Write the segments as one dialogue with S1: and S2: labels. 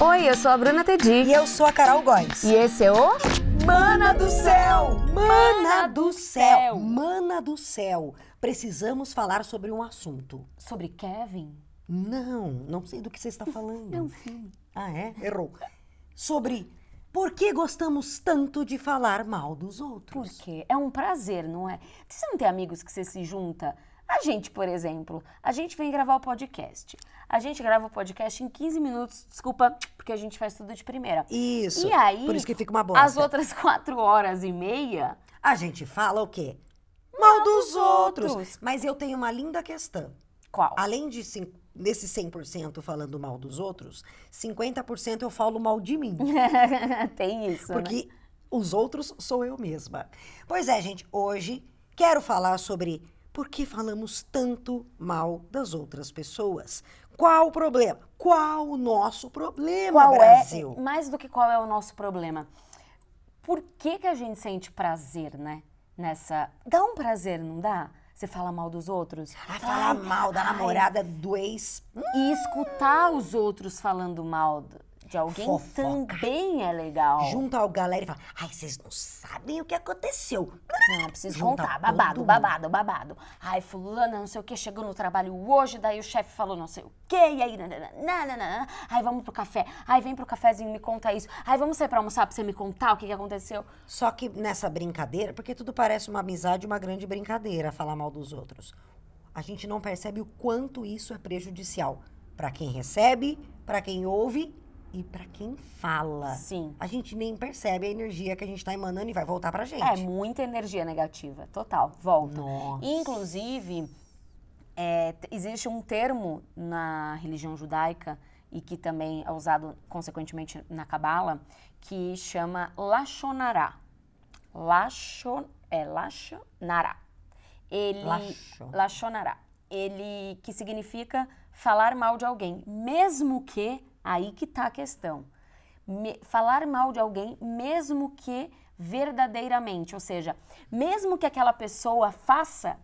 S1: Oi, eu sou a Bruna Tedi.
S2: E eu sou a Carol Góes.
S1: E esse é o
S2: Mana do Céu! Mana do Céu! Mana do Céu! Precisamos falar sobre um assunto.
S1: Sobre Kevin?
S2: Não, não sei do que você está falando.
S1: É um filme.
S2: Ah, é? Errou. Sobre por que gostamos tanto de falar mal dos
S1: Por
S2: outros.
S1: quê? É um prazer, não é? Você não tem amigos que você se junta? A gente, por exemplo, a gente vem gravar o podcast. A gente grava o podcast em 15 minutos, desculpa, porque a gente faz tudo de primeira.
S2: Isso.
S1: E aí,
S2: Por isso que fica uma bosta.
S1: As outras quatro horas e meia,
S2: A gente fala o quê? Mal dos
S1: dos
S2: outros.
S1: outros.
S2: Mas eu tenho uma linda questão.
S1: qual?
S2: Além de cin- desse 100% falando mal dos outros, 50% eu falo mal de mim.
S1: tem isso, né?
S2: Porque os outros sou eu mesma. Pois é, gente, hoje quero falar sobre por que falamos tanto mal das outras pessoas. Qual o problema? Qual o nosso problema,
S1: qual
S2: Brasil?
S1: é, mais do que qual é o nosso problema, por que que a gente sente prazer, né, nessa, dá um prazer, não dá? Você fala mal dos outros?
S2: Ah, falar
S1: Ai,
S2: mal da
S1: ai.
S2: namorada do ex. Hum,
S1: E escutar os outros falando mal d- de alguém
S2: Fofoca.
S1: também é legal.
S2: Junta ao galera e fala: Ai, vocês não sabem o que aconteceu.
S1: Ah, Não, preciso
S2: Junta
S1: contar.
S2: todo
S1: Babado,
S2: mundo.
S1: babado, babado. Ai, fulana, não sei o que, chegou no trabalho hoje, daí o chefe falou não sei o que, e aí... nananana. Ai, vamos pro café. Ai, vem pro cafezinho, me conta isso. Ai, vamos sair pra almoçar pra você me contar o que, que aconteceu.
S2: Só que nessa brincadeira, porque tudo parece uma amizade, uma grande brincadeira, falar mal dos outros. A gente não percebe o quanto isso é prejudicial para quem recebe, para quem ouve e para quem fala.
S1: Sim.
S2: A gente nem percebe a energia que a gente tá emanando e vai voltar pra gente.
S1: É, muita energia negativa, total, volta.
S2: Nossa.
S1: Inclusive, é, t- existe um termo na religião judaica e que também é usado consequentemente na Cabala, que chama Lachonará. Lachon, é Lachonará. Ele,
S2: Lacho.
S1: Lachonará. Ele, que significa falar mal de alguém, mesmo que, aí que tá a questão, me- falar mal de alguém, mesmo que verdadeiramente, ou seja, mesmo que aquela pessoa faça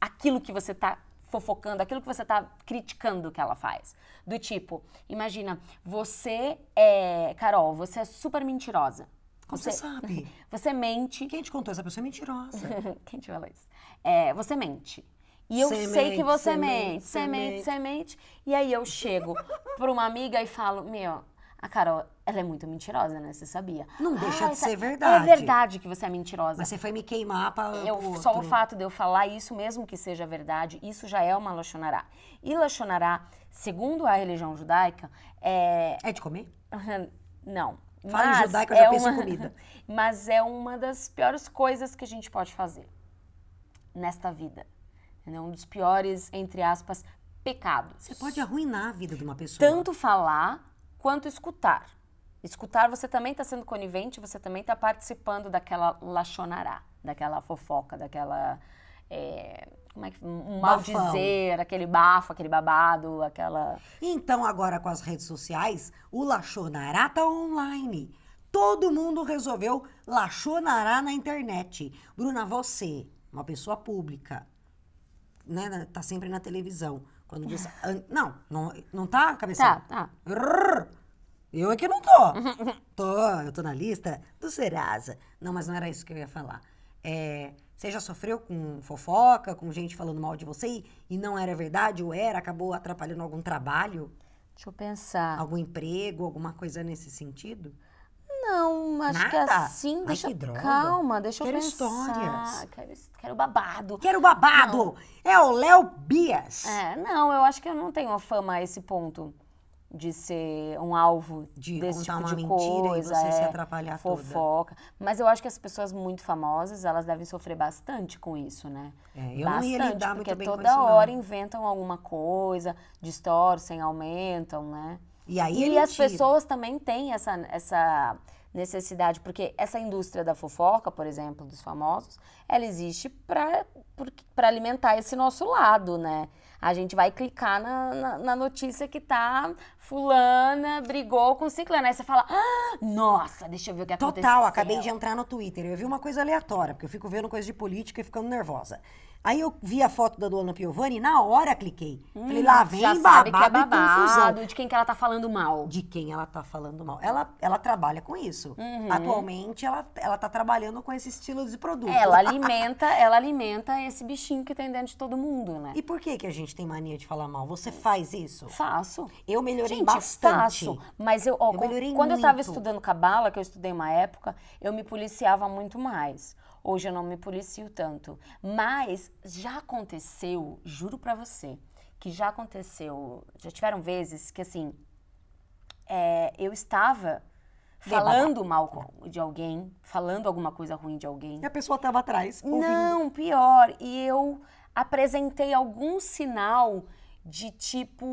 S1: aquilo que você tá fofocando, aquilo que você tá criticando que ela faz. Do tipo, imagina, você é, Carol, você é super mentirosa.
S2: Como você sabe?
S1: Você mente,
S2: Quem te contou? Essa pessoa é mentirosa.
S1: quem te falou isso? É, você mente. E eu
S2: Você
S1: sei
S2: mente,
S1: que você
S2: você
S1: mente,
S2: mente,
S1: você
S2: você
S1: mente,
S2: mente.
S1: você mente. E aí eu chego pra uma amiga e falo, meu, a Carol, ela é muito mentirosa, né? Você sabia? Ah,
S2: Não deixa de
S1: essa-
S2: ser verdade."
S1: É verdade que você é mentirosa.
S2: Mas você foi me queimar pra.
S1: Eu-
S2: pro
S1: só o
S2: outro.
S1: fato de eu falar isso mesmo que seja verdade, isso já é uma Lachonará. E Lachonará, segundo a religião judaica, é...
S2: É de comer?
S1: Não.
S2: Fala em
S1: Mas
S2: judaico, eu já
S1: é
S2: penso em
S1: uma-
S2: comida.
S1: Mas é uma das piores coisas que a gente pode fazer nesta vida. É um dos piores, entre aspas, pecados.
S2: Você pode arruinar a vida de uma pessoa.
S1: Tanto falar quanto escutar. Escutar, você também está sendo conivente, você também está participando daquela lachonará, daquela fofoca, daquela. é, como é que. Um
S2: Bafão.
S1: maldizer, aquele bafo, aquele babado, aquela.
S2: Então, agora com as redes sociais, o Lachonará tá online. Todo mundo resolveu Lachonará na internet. Bruna, você, uma pessoa pública, né? na- Tá sempre na televisão. Quando diz. an- Não, não, não tá, cabeção?
S1: Tá, tá.
S2: Rrr. Eu é que não tô. Tô, eu tô na lista do Serasa. Não, mas não era isso que eu ia falar. É, você já sofreu com fofoca, com gente falando mal de você e, e não era verdade, ou era, acabou atrapalhando algum trabalho,
S1: Deixa eu pensar.
S2: algum emprego, alguma coisa nesse sentido?
S1: Não, acho que
S2: Nada?
S1: assim.
S2: Ai,
S1: Deixa,
S2: que droga.
S1: Calma, deixa
S2: Quero
S1: eu pensar.
S2: histórias.
S1: Quero, his- quero babado.
S2: Quero babado! É o Léo Bias!
S1: É, não, eu acho que eu não tenho a fama a esse ponto de ser um alvo
S2: De
S1: desse
S2: contar
S1: tipo
S2: uma
S1: de
S2: mentira
S1: coisa,
S2: e você se
S1: é,
S2: atrapalhar toda.
S1: fofoca. Mas eu acho que as pessoas muito famosas, elas devem sofrer bastante com isso, né?
S2: É, eu não
S1: bastante,
S2: ia lidar muito
S1: porque
S2: bem com
S1: toda
S2: isso, não.
S1: hora inventam alguma coisa, distorcem, aumentam, né?
S2: E é aí
S1: E
S2: ele
S1: as pessoas também têm essa, essa necessidade, porque essa indústria da fofoca, por exemplo, dos famosos, ela existe para alimentar esse nosso lado, né? A gente vai clicar na, na, na notícia que tá fulana brigou com ciclana. Aí você fala, "Ah, nossa, deixa eu ver o que aconteceu. Hum,
S2: Total, acabei de entrar no Twitter. Eu vi uma coisa aleatória, porque eu fico vendo coisa de política e ficando nervosa. Aí eu vi a foto da Luana Piovani e na hora cliquei. Falei,
S1: Hum,
S2: lá vem
S1: já
S2: babado,
S1: sabe que é
S2: e confusão.
S1: babado, de quem que ela tá falando mal.
S2: De quem ela tá falando mal. Ela, ela trabalha com isso.
S1: Uhum.
S2: Atualmente, ela, ela tá trabalhando com esse estilo de produto.
S1: Ela alimenta, ela alimenta esse bichinho que tem dentro de todo mundo, né?
S2: E por que que a gente tem mania de falar mal? Você faz isso?
S1: Faço.
S2: Eu melhorei
S1: Gente,
S2: bastante.
S1: faço. Mas eu, ó,
S2: Eu
S1: com-
S2: melhorei
S1: quando eu tava
S2: muito.
S1: estudando cabala, que eu estudei uma época, eu me policiava muito mais. Hoje eu não me policio tanto. Mas já aconteceu, juro pra você, que já aconteceu, já tiveram vezes que assim, é, eu estava
S2: Bêbada.
S1: falando mal com- de alguém, falando alguma coisa ruim de alguém.
S2: E a pessoa tava atrás, ouvindo.
S1: Não, pior. E eu apresentei algum sinal de tipo,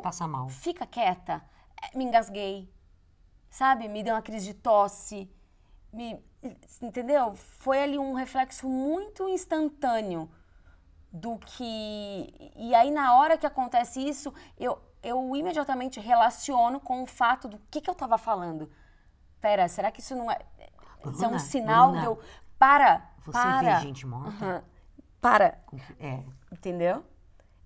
S2: Passa mal.
S1: fica quieta. Eh, Me engasguei, sabe? Me deu uma crise de tosse. Me, entendeu? Foi ali um reflexo muito instantâneo do que. E aí, na hora que acontece isso, eu, eu imediatamente relaciono com o fato do que, que eu tava falando. Pera, será que isso não é. Isso é um
S2: Bruna,
S1: sinal
S2: Bruna,
S1: de eu. Para!
S2: Você é
S1: para!
S2: vê gente morta?
S1: Aham. Para!
S2: Com que- É.
S1: Entendeu?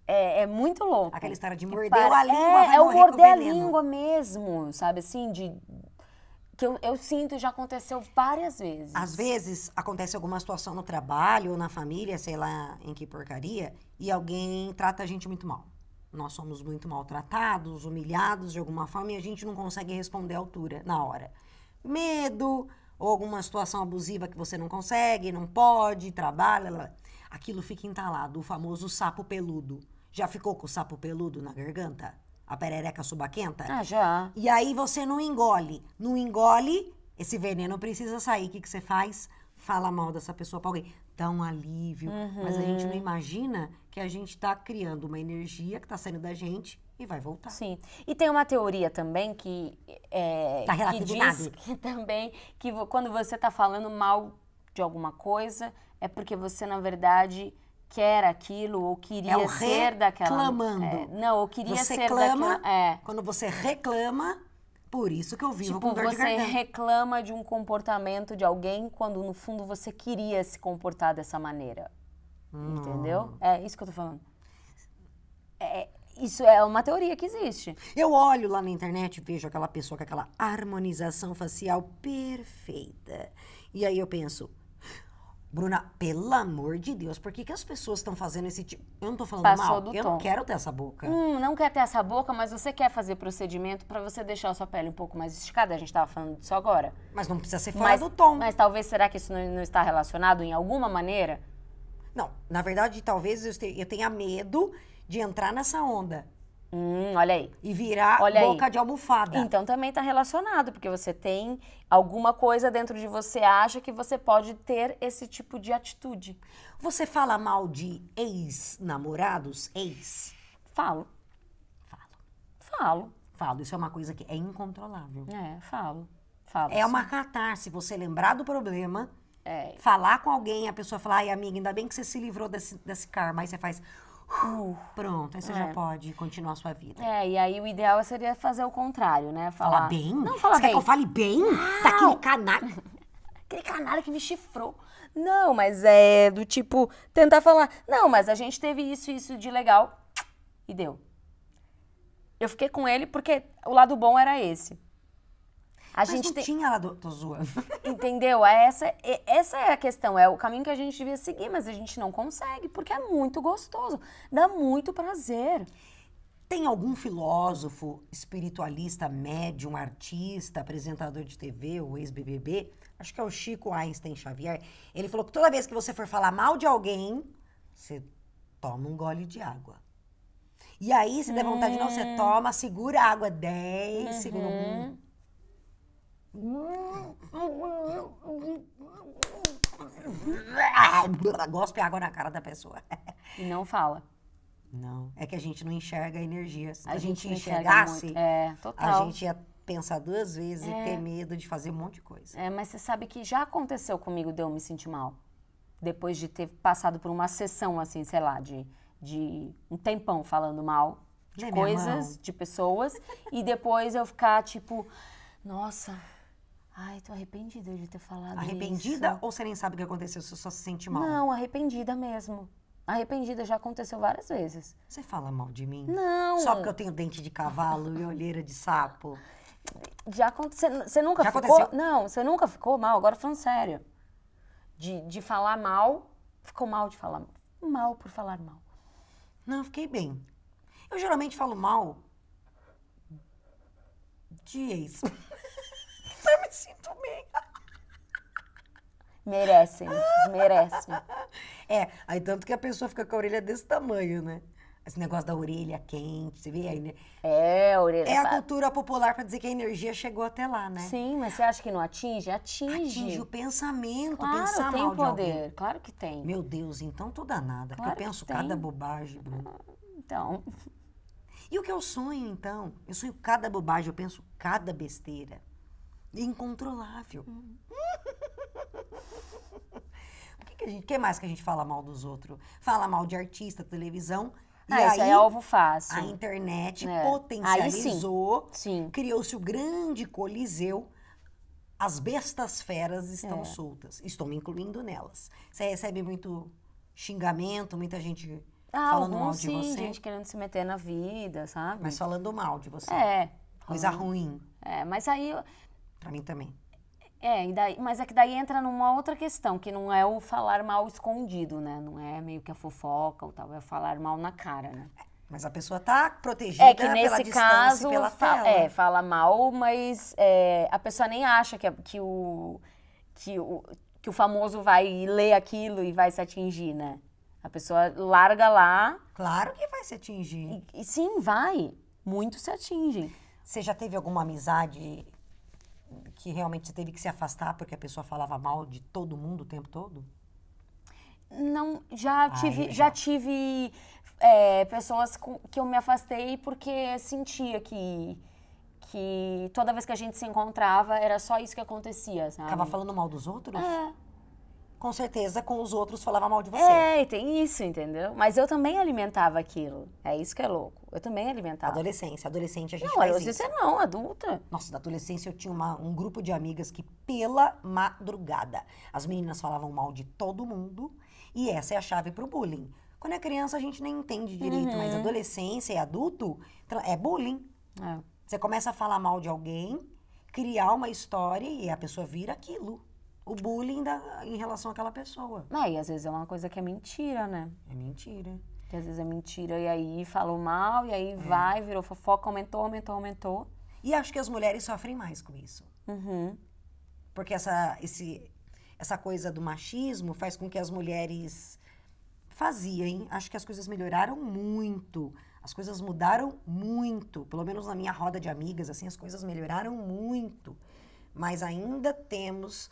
S1: É, é muito louco.
S2: Aquela história de
S1: Que
S2: morder
S1: para-
S2: a língua,
S1: É,
S2: vai
S1: é o
S2: morrer com
S1: morder a
S2: veneno.
S1: língua mesmo, sabe? Assim, de. Que eu, eu sinto, já aconteceu várias vezes.
S2: Às vezes acontece alguma situação no trabalho ou na família, sei lá em que porcaria, e alguém trata a gente muito mal. Nós somos muito maltratados, humilhados de alguma forma e a gente não consegue responder à altura na hora. Medo ou alguma situação abusiva que você não consegue, não pode, trabalha. lá. Aquilo fica entalado, o famoso sapo peludo. Já ficou com o sapo peludo na garganta? A perereca subaquenta?
S1: Ah, já.
S2: E aí você não engole. Não engole, esse veneno precisa sair. O que, que você faz? Fala mal dessa pessoa pra alguém. Dá um alívio. Mas a
S1: Uhum.
S2: gente não imagina que a gente tá criando uma energia que tá saindo da gente e vai voltar.
S1: Sim. E tem uma teoria também que é,
S2: Tá
S1: que
S2: relativo
S1: diz
S2: nada.
S1: que também que vo- quando você tá falando mal de alguma coisa, é porque você, na verdade, quer aquilo ou queria
S2: É o
S1: ser daquela.
S2: reclamando.
S1: É, não, ou queria
S2: Você
S1: ser
S2: clama,
S1: daquela. É.
S2: Quando você reclama, por isso que eu vivo
S1: Tipo,
S2: com dor de
S1: você
S2: garganta.
S1: reclama de um comportamento de alguém quando no fundo você queria se comportar dessa maneira.
S2: Hum.
S1: Entendeu? É isso que eu tô falando. É, isso é uma teoria que existe.
S2: Eu olho lá na internet e vejo aquela pessoa com aquela harmonização facial perfeita. E aí eu penso, Bruna, pelo amor de Deus, por que, que as pessoas estão fazendo esse tipo. Eu não tô falando
S1: Passou
S2: mal,
S1: do
S2: eu
S1: tom.
S2: não quero ter essa boca.
S1: Hum, não quer ter essa boca, mas você quer fazer procedimento pra você deixar a sua pele um pouco mais esticada. A gente tava falando disso agora.
S2: Mas não precisa ser fora
S1: Mas,
S2: do tom.
S1: mas talvez será que isso não, não está relacionado em alguma maneira?
S2: Não, na verdade, talvez eu este- eu tenha medo de entrar nessa onda
S1: Hum, olha aí.
S2: e virar
S1: Olha aí.
S2: boca de almofada.
S1: Então também está relacionado, porque você tem alguma coisa dentro de você acha que você pode ter esse tipo de atitude.
S2: Você fala mal de ex-namorados? Ex?
S1: Falo,
S2: Falo.
S1: falo,
S2: Falo, isso é uma coisa que é incontrolável.
S1: é, falo, falo.
S2: É uma catarse, você lembrar do problema,
S1: É.
S2: falar com alguém, a pessoa falar, ai amiga, ainda bem que você se livrou desse, desse karma. Aí você faz, "Uh, pronto, aí você já pode continuar a sua vida.
S1: É, e aí o ideal seria fazer o contrário, né? Falar,
S2: Falar bem?
S1: Não, falar
S2: você quer
S1: bem.
S2: que eu fale bem? Tá Daquele canalha.
S1: Aquele canalha que me chifrou. Não, mas é do tipo, tentar falar. Não, mas a gente teve isso e isso de legal. E deu. Eu fiquei com ele porque o lado bom era esse. A
S2: A gente
S1: gente
S2: não
S1: tem.
S2: tinha lá do... Tô zoando.
S1: Entendeu? É Essa, é- essa é a questão, é o caminho que a gente devia seguir, mas a gente não consegue, porque é muito gostoso, dá muito prazer.
S2: Tem algum filósofo, espiritualista, médium, artista, apresentador de TV, o ex-BBB? Acho que é o Chico Einstein Xavier. Ele falou que toda vez que você for falar mal de alguém, você toma um gole de água. E aí, se der vontade não, você toma, segura a água 10 segundos. Gospe água na cara da pessoa.
S1: E não fala.
S2: Não, é que a gente não enxerga a energia. Se
S1: A,
S2: a, gente,
S1: não
S2: enxergasse,
S1: muito. É,
S2: a
S1: total.
S2: gente ia pensar duas vezes e ter medo de fazer um monte de coisa.
S1: É, mas você sabe que já aconteceu comigo de eu me sentir mal. Depois de ter passado por uma sessão, assim, sei lá, de, de um tempão falando mal de
S2: Lê minha
S1: coisas, de pessoas, e depois eu ficar tipo, nossa, ai, tô arrependida de ter falado isso.
S2: Arrependida ou você nem sabe o que aconteceu, você só se sente mal?
S1: Não, arrependida mesmo. Arrependida já aconteceu várias vezes.
S2: Você fala mal de mim?
S1: Não.
S2: Só porque eu tenho dente de cavalo e olheira de sapo.
S1: Já aconteceu. Você nunca
S2: Já
S1: ficou.
S2: aconteceu?
S1: Não, você nunca ficou mal, agora falando sério. De, de falar mal, ficou mal de falar mal. Mal por falar mal.
S2: Não, eu fiquei bem. Eu geralmente falo mal de ex. então eu me sinto bem.
S1: Merece, merece.
S2: É, aí tanto que a pessoa fica com a orelha desse tamanho, né? Esse negócio da orelha quente, você vê aí, né?
S1: É, orelha.
S2: É a
S1: sabe?
S2: cultura popular pra dizer que a energia chegou até lá, né?
S1: Sim, mas você acha que não atinge? Atinge.
S2: Atinge o pensamento,
S1: Claro,
S2: pensar
S1: tem
S2: mal de alguém.
S1: poder. Claro que tem.
S2: Meu Deus, então tô danada, porque
S1: Claro
S2: eu
S1: que
S2: penso
S1: tem.
S2: cada bobagem, Bruno.
S1: Então,
S2: E o que eu sonho, então? Eu sonho cada bobagem, eu penso cada besteira. Incontrolável.
S1: Hum.
S2: o que, que a gente, que mais que a gente fala mal dos outros? Fala mal de artista, televisão. E
S1: ah, isso aí
S2: aí,
S1: é alvo
S2: a
S1: fácil.
S2: internet
S1: É.
S2: potencializou,
S1: Sim.
S2: criou-se o grande coliseu. As bestas feras estão
S1: É.
S2: soltas. Estou me incluindo nelas. Você recebe muito xingamento, muita gente
S1: Ah,
S2: falando mal
S1: alguns
S2: de
S1: sim,
S2: você.
S1: gente querendo se meter na vida, sabe?
S2: Mas falando mal de você.
S1: Hum. É.
S2: Coisa ruim.
S1: É, mas aí.
S2: Pra mim também.
S1: É, e daí, mas é que daí entra numa outra questão, que não é o falar mal escondido, né? Não é meio que a fofoca ou tal, é falar mal na cara, né?
S2: Mas a pessoa tá protegida
S1: É que
S2: pela
S1: nesse
S2: distância
S1: caso
S2: e pela
S1: fa-
S2: tela.
S1: é, fala mal, mas é, a pessoa nem acha que, a- que, o, que, o, que o famoso vai ler aquilo e vai se atingir, né? A pessoa larga lá
S2: Claro que vai se atingir.
S1: e, e sim, vai. Muitos se atingem.
S2: Você já teve alguma amizade que realmente teve que se afastar porque a pessoa falava mal de todo mundo o tempo todo?
S1: Não, já
S2: Ai,
S1: tive,
S2: já.
S1: já. tive é, pessoas com- que eu me afastei porque sentia que, que toda vez que a gente se encontrava era só isso que acontecia, sabe?
S2: Ficava falando mal dos outros?
S1: É.
S2: Com certeza, com os outros falava mal de você.
S1: É, e tem isso, entendeu? Mas eu também alimentava aquilo. É isso que é louco. Eu também alimentava.
S2: Adolescência. Adolescente a gente
S1: não,
S2: faz
S1: adolescência
S2: isso.
S1: não, adulta.
S2: Nossa, da adolescência eu tinha uma- um grupo de amigas que pela madrugada as meninas falavam mal de todo mundo e essa é a chave pro bullying. Quando é criança a gente nem entende direito, mas adolescência e adulto tra- é bullying.
S1: É.
S2: Você começa a falar mal de alguém, criar uma história e a pessoa vira aquilo. O bullying da- em relação àquela pessoa.
S1: Não, e às vezes é uma coisa que é mentira, né?
S2: É mentira.
S1: Que às vezes é mentira e aí falou mal, e
S2: É.
S1: aí vai, virou fofoca, aumentou, aumentou, aumentou.
S2: E acho que as mulheres sofrem mais com isso.
S1: Uhum.
S2: Porque essa, esse, essa coisa do machismo faz com que as mulheres faziam, hein? Acho que as coisas melhoraram muito. As coisas mudaram muito. Pelo menos na minha roda de amigas, assim, as coisas melhoraram muito. Mas ainda temos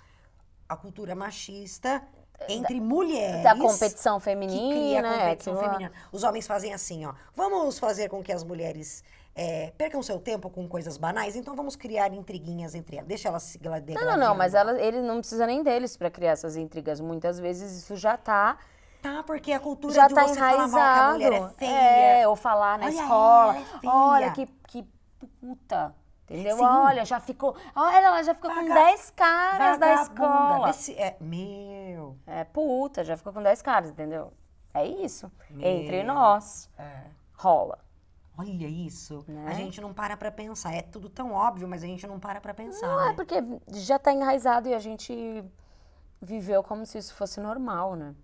S2: a cultura machista entre mulheres.
S1: Da competição
S2: É que
S1: feminina,
S2: cria
S1: né?
S2: competição
S1: Tipo,
S2: feminina. Os homens fazem assim, ó. Vamos fazer com que as mulheres é, percam seu tempo com coisas banais, então vamos criar intriguinhas entre elas. Deixa elas se glade-
S1: Não, não, não, mas
S2: gladiando.
S1: ela, ele não precisa nem deles pra criar essas intrigas. Muitas vezes isso já tá,
S2: Tá, porque a cultura
S1: já
S2: de
S1: tá
S2: você
S1: enraizado.
S2: falar mal que a mulher é feia.
S1: É, ou falar na
S2: Olha
S1: escola.
S2: ela, é feia.
S1: Olha que, que puta. Entendeu?
S2: Sim.
S1: Olha, já ficou. Olha, ela já ficou com
S2: Vaga-
S1: 10 caras da
S2: Vagabunda,
S1: escola.
S2: vê se- é, meu.
S1: É puta, já ficou com 10 caras, entendeu? É isso.
S2: Meu.
S1: Entre nós, rola.
S2: é, Olha isso. A
S1: Né?
S2: gente não para pra pensar. É tudo tão óbvio, mas a gente não para pra pensar.
S1: Não é
S2: né?
S1: porque já tá enraizado e a gente viveu como se isso fosse normal, né?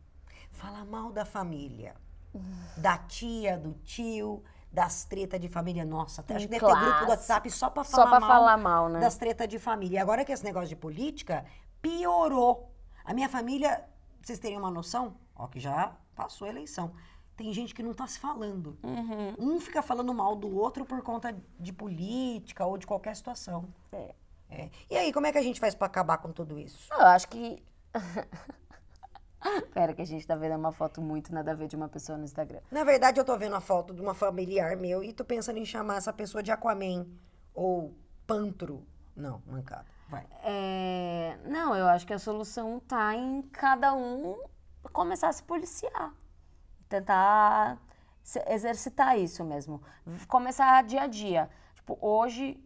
S2: Falar mal da família. Da tia, do tio, das tretas de família. Nossa, até acho que deve ter grupo do
S1: Um Clássico.
S2: WhatsApp só pra falar
S1: Só pra
S2: mal
S1: falar mal, né?
S2: das tretas de família. E Agora que esse negócio de política piorou. A minha família, pra vocês terem uma noção, ó, que já passou a eleição. Tem gente que não tá se falando.
S1: Uhum.
S2: Um fica falando mal do outro por conta de política ou de qualquer situação.
S1: É.
S2: É. E aí, como é que a gente faz pra acabar com tudo isso?
S1: Eu acho que. Pera, que a gente tá vendo uma foto muito nada a ver de uma pessoa no Instagram.
S2: Na verdade, eu tô vendo a foto de uma familiar meu e tô pensando em chamar essa pessoa de Aquaman ou Pantro. Não, mancada. Vai.
S1: É, Não, eu acho que a solução tá em cada um começar a se policiar. Tentar se- exercitar isso mesmo. V- Começar dia a dia. Tipo, hoje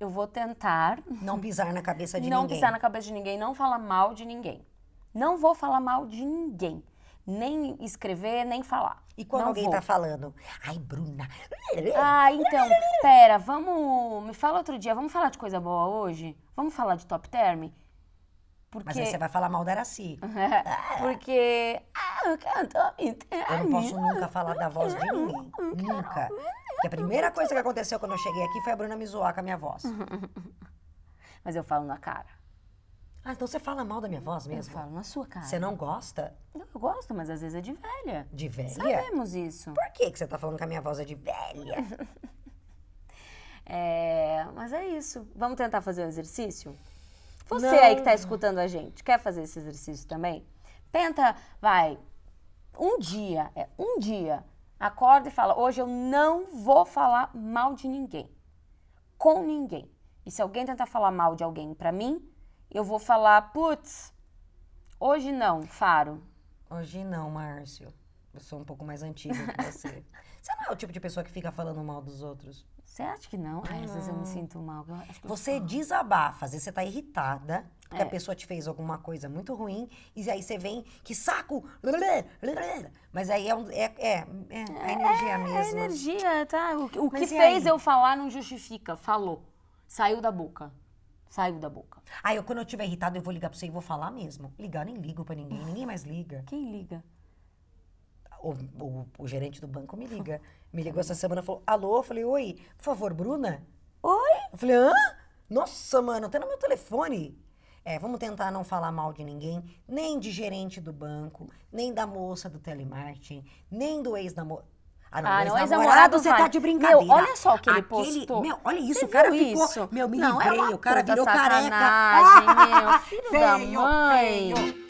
S1: eu vou tentar
S2: Não pisar na cabeça de
S1: não
S2: ninguém.
S1: pisar na cabeça de ninguém, não falar mal de ninguém. Não vou falar mal de ninguém. nem escrever, nem falar.
S2: E quando
S1: Não
S2: alguém
S1: vou.
S2: tá falando, ai, Bruna.
S1: Ah, então, pera, vamos. Me fala outro dia, vamos falar de coisa boa hoje? Vamos falar de top term? Porque.
S2: Mas é aí você vai falar mal da Araci.
S1: Porque. Ah, eu quero top term.
S2: Eu não posso nunca falar da voz de ninguém. Nunca. Porque a primeira coisa que aconteceu quando eu cheguei aqui foi a Bruna me zoar com a minha voz.
S1: Uhum. Mas eu falo na cara.
S2: Ah, então você fala mal da minha voz
S1: Eu
S2: mesmo?
S1: falo na sua cara.
S2: Você não gosta
S1: Não, eu gosto, mas às vezes é de velha.
S2: de velha?
S1: Sabemos isso.
S2: Por que, que você tá falando que a minha voz é de velha?
S1: É, mas é isso. Vamos tentar fazer o exercício? Você
S2: Não.
S1: aí que tá escutando a gente, quer fazer esse exercício também? Tenta, vai, um dia, é um dia, acorda e fala: hoje eu não vou falar mal de ninguém, com ninguém. E se alguém tentar falar mal de alguém pra mim, eu vou falar: putz, hoje não, Faro.
S2: Hoje não, Márcio. Eu sou um pouco mais antiga que você. Você não é o tipo de pessoa que fica falando mal dos outros.
S1: Você acha que não? Ai, às vezes eu me sinto mal. eu acho que eu-
S2: Você desabafa, às vezes você tá irritada, porque a pessoa te fez alguma coisa muito ruim, e aí você vem, que saco! Mas aí é, um, é, é, é a energia mesma.
S1: É energia, tá? O, que- o que
S2: Mas e
S1: fez
S2: aí?
S1: eu falar não justifica. Falou. Saiu da boca. Saiu da boca.
S2: Aí eu, quando eu estiver irritada, eu vou ligar pra você e vou falar mesmo. Ligar, eu nem ligo pra ninguém, ninguém mais liga.
S1: Quem liga?
S2: O, o- o gerente do banco me liga. Me ligou essa semana e falou: Alô? Eu falei: Oi, por favor, Bruna?
S1: Oi?
S2: Eu falei, hã? Nossa, mano, até no meu telefone. É, vamos tentar não falar mal de ninguém, nem de gerente do banco, nem da moça do telemarketing, nem do ex-namorado.
S1: Ah, não,
S2: ex-namorado,
S1: ex-namorado
S2: você
S1: vai.
S2: tá de brincadeira.
S1: Meu, olha só o que ele
S2: Aquele-
S1: postou.
S2: Meu, olha isso,
S1: Você
S2: o cara
S1: viu
S2: ficou...
S1: isso?
S2: Meu, me
S1: Não, é
S2: livrei,
S1: uma
S2: o cara
S1: puta
S2: virou
S1: sacanagem,
S2: careca.
S1: meu, filho da
S2: Feio,
S1: mãe.
S2: feio.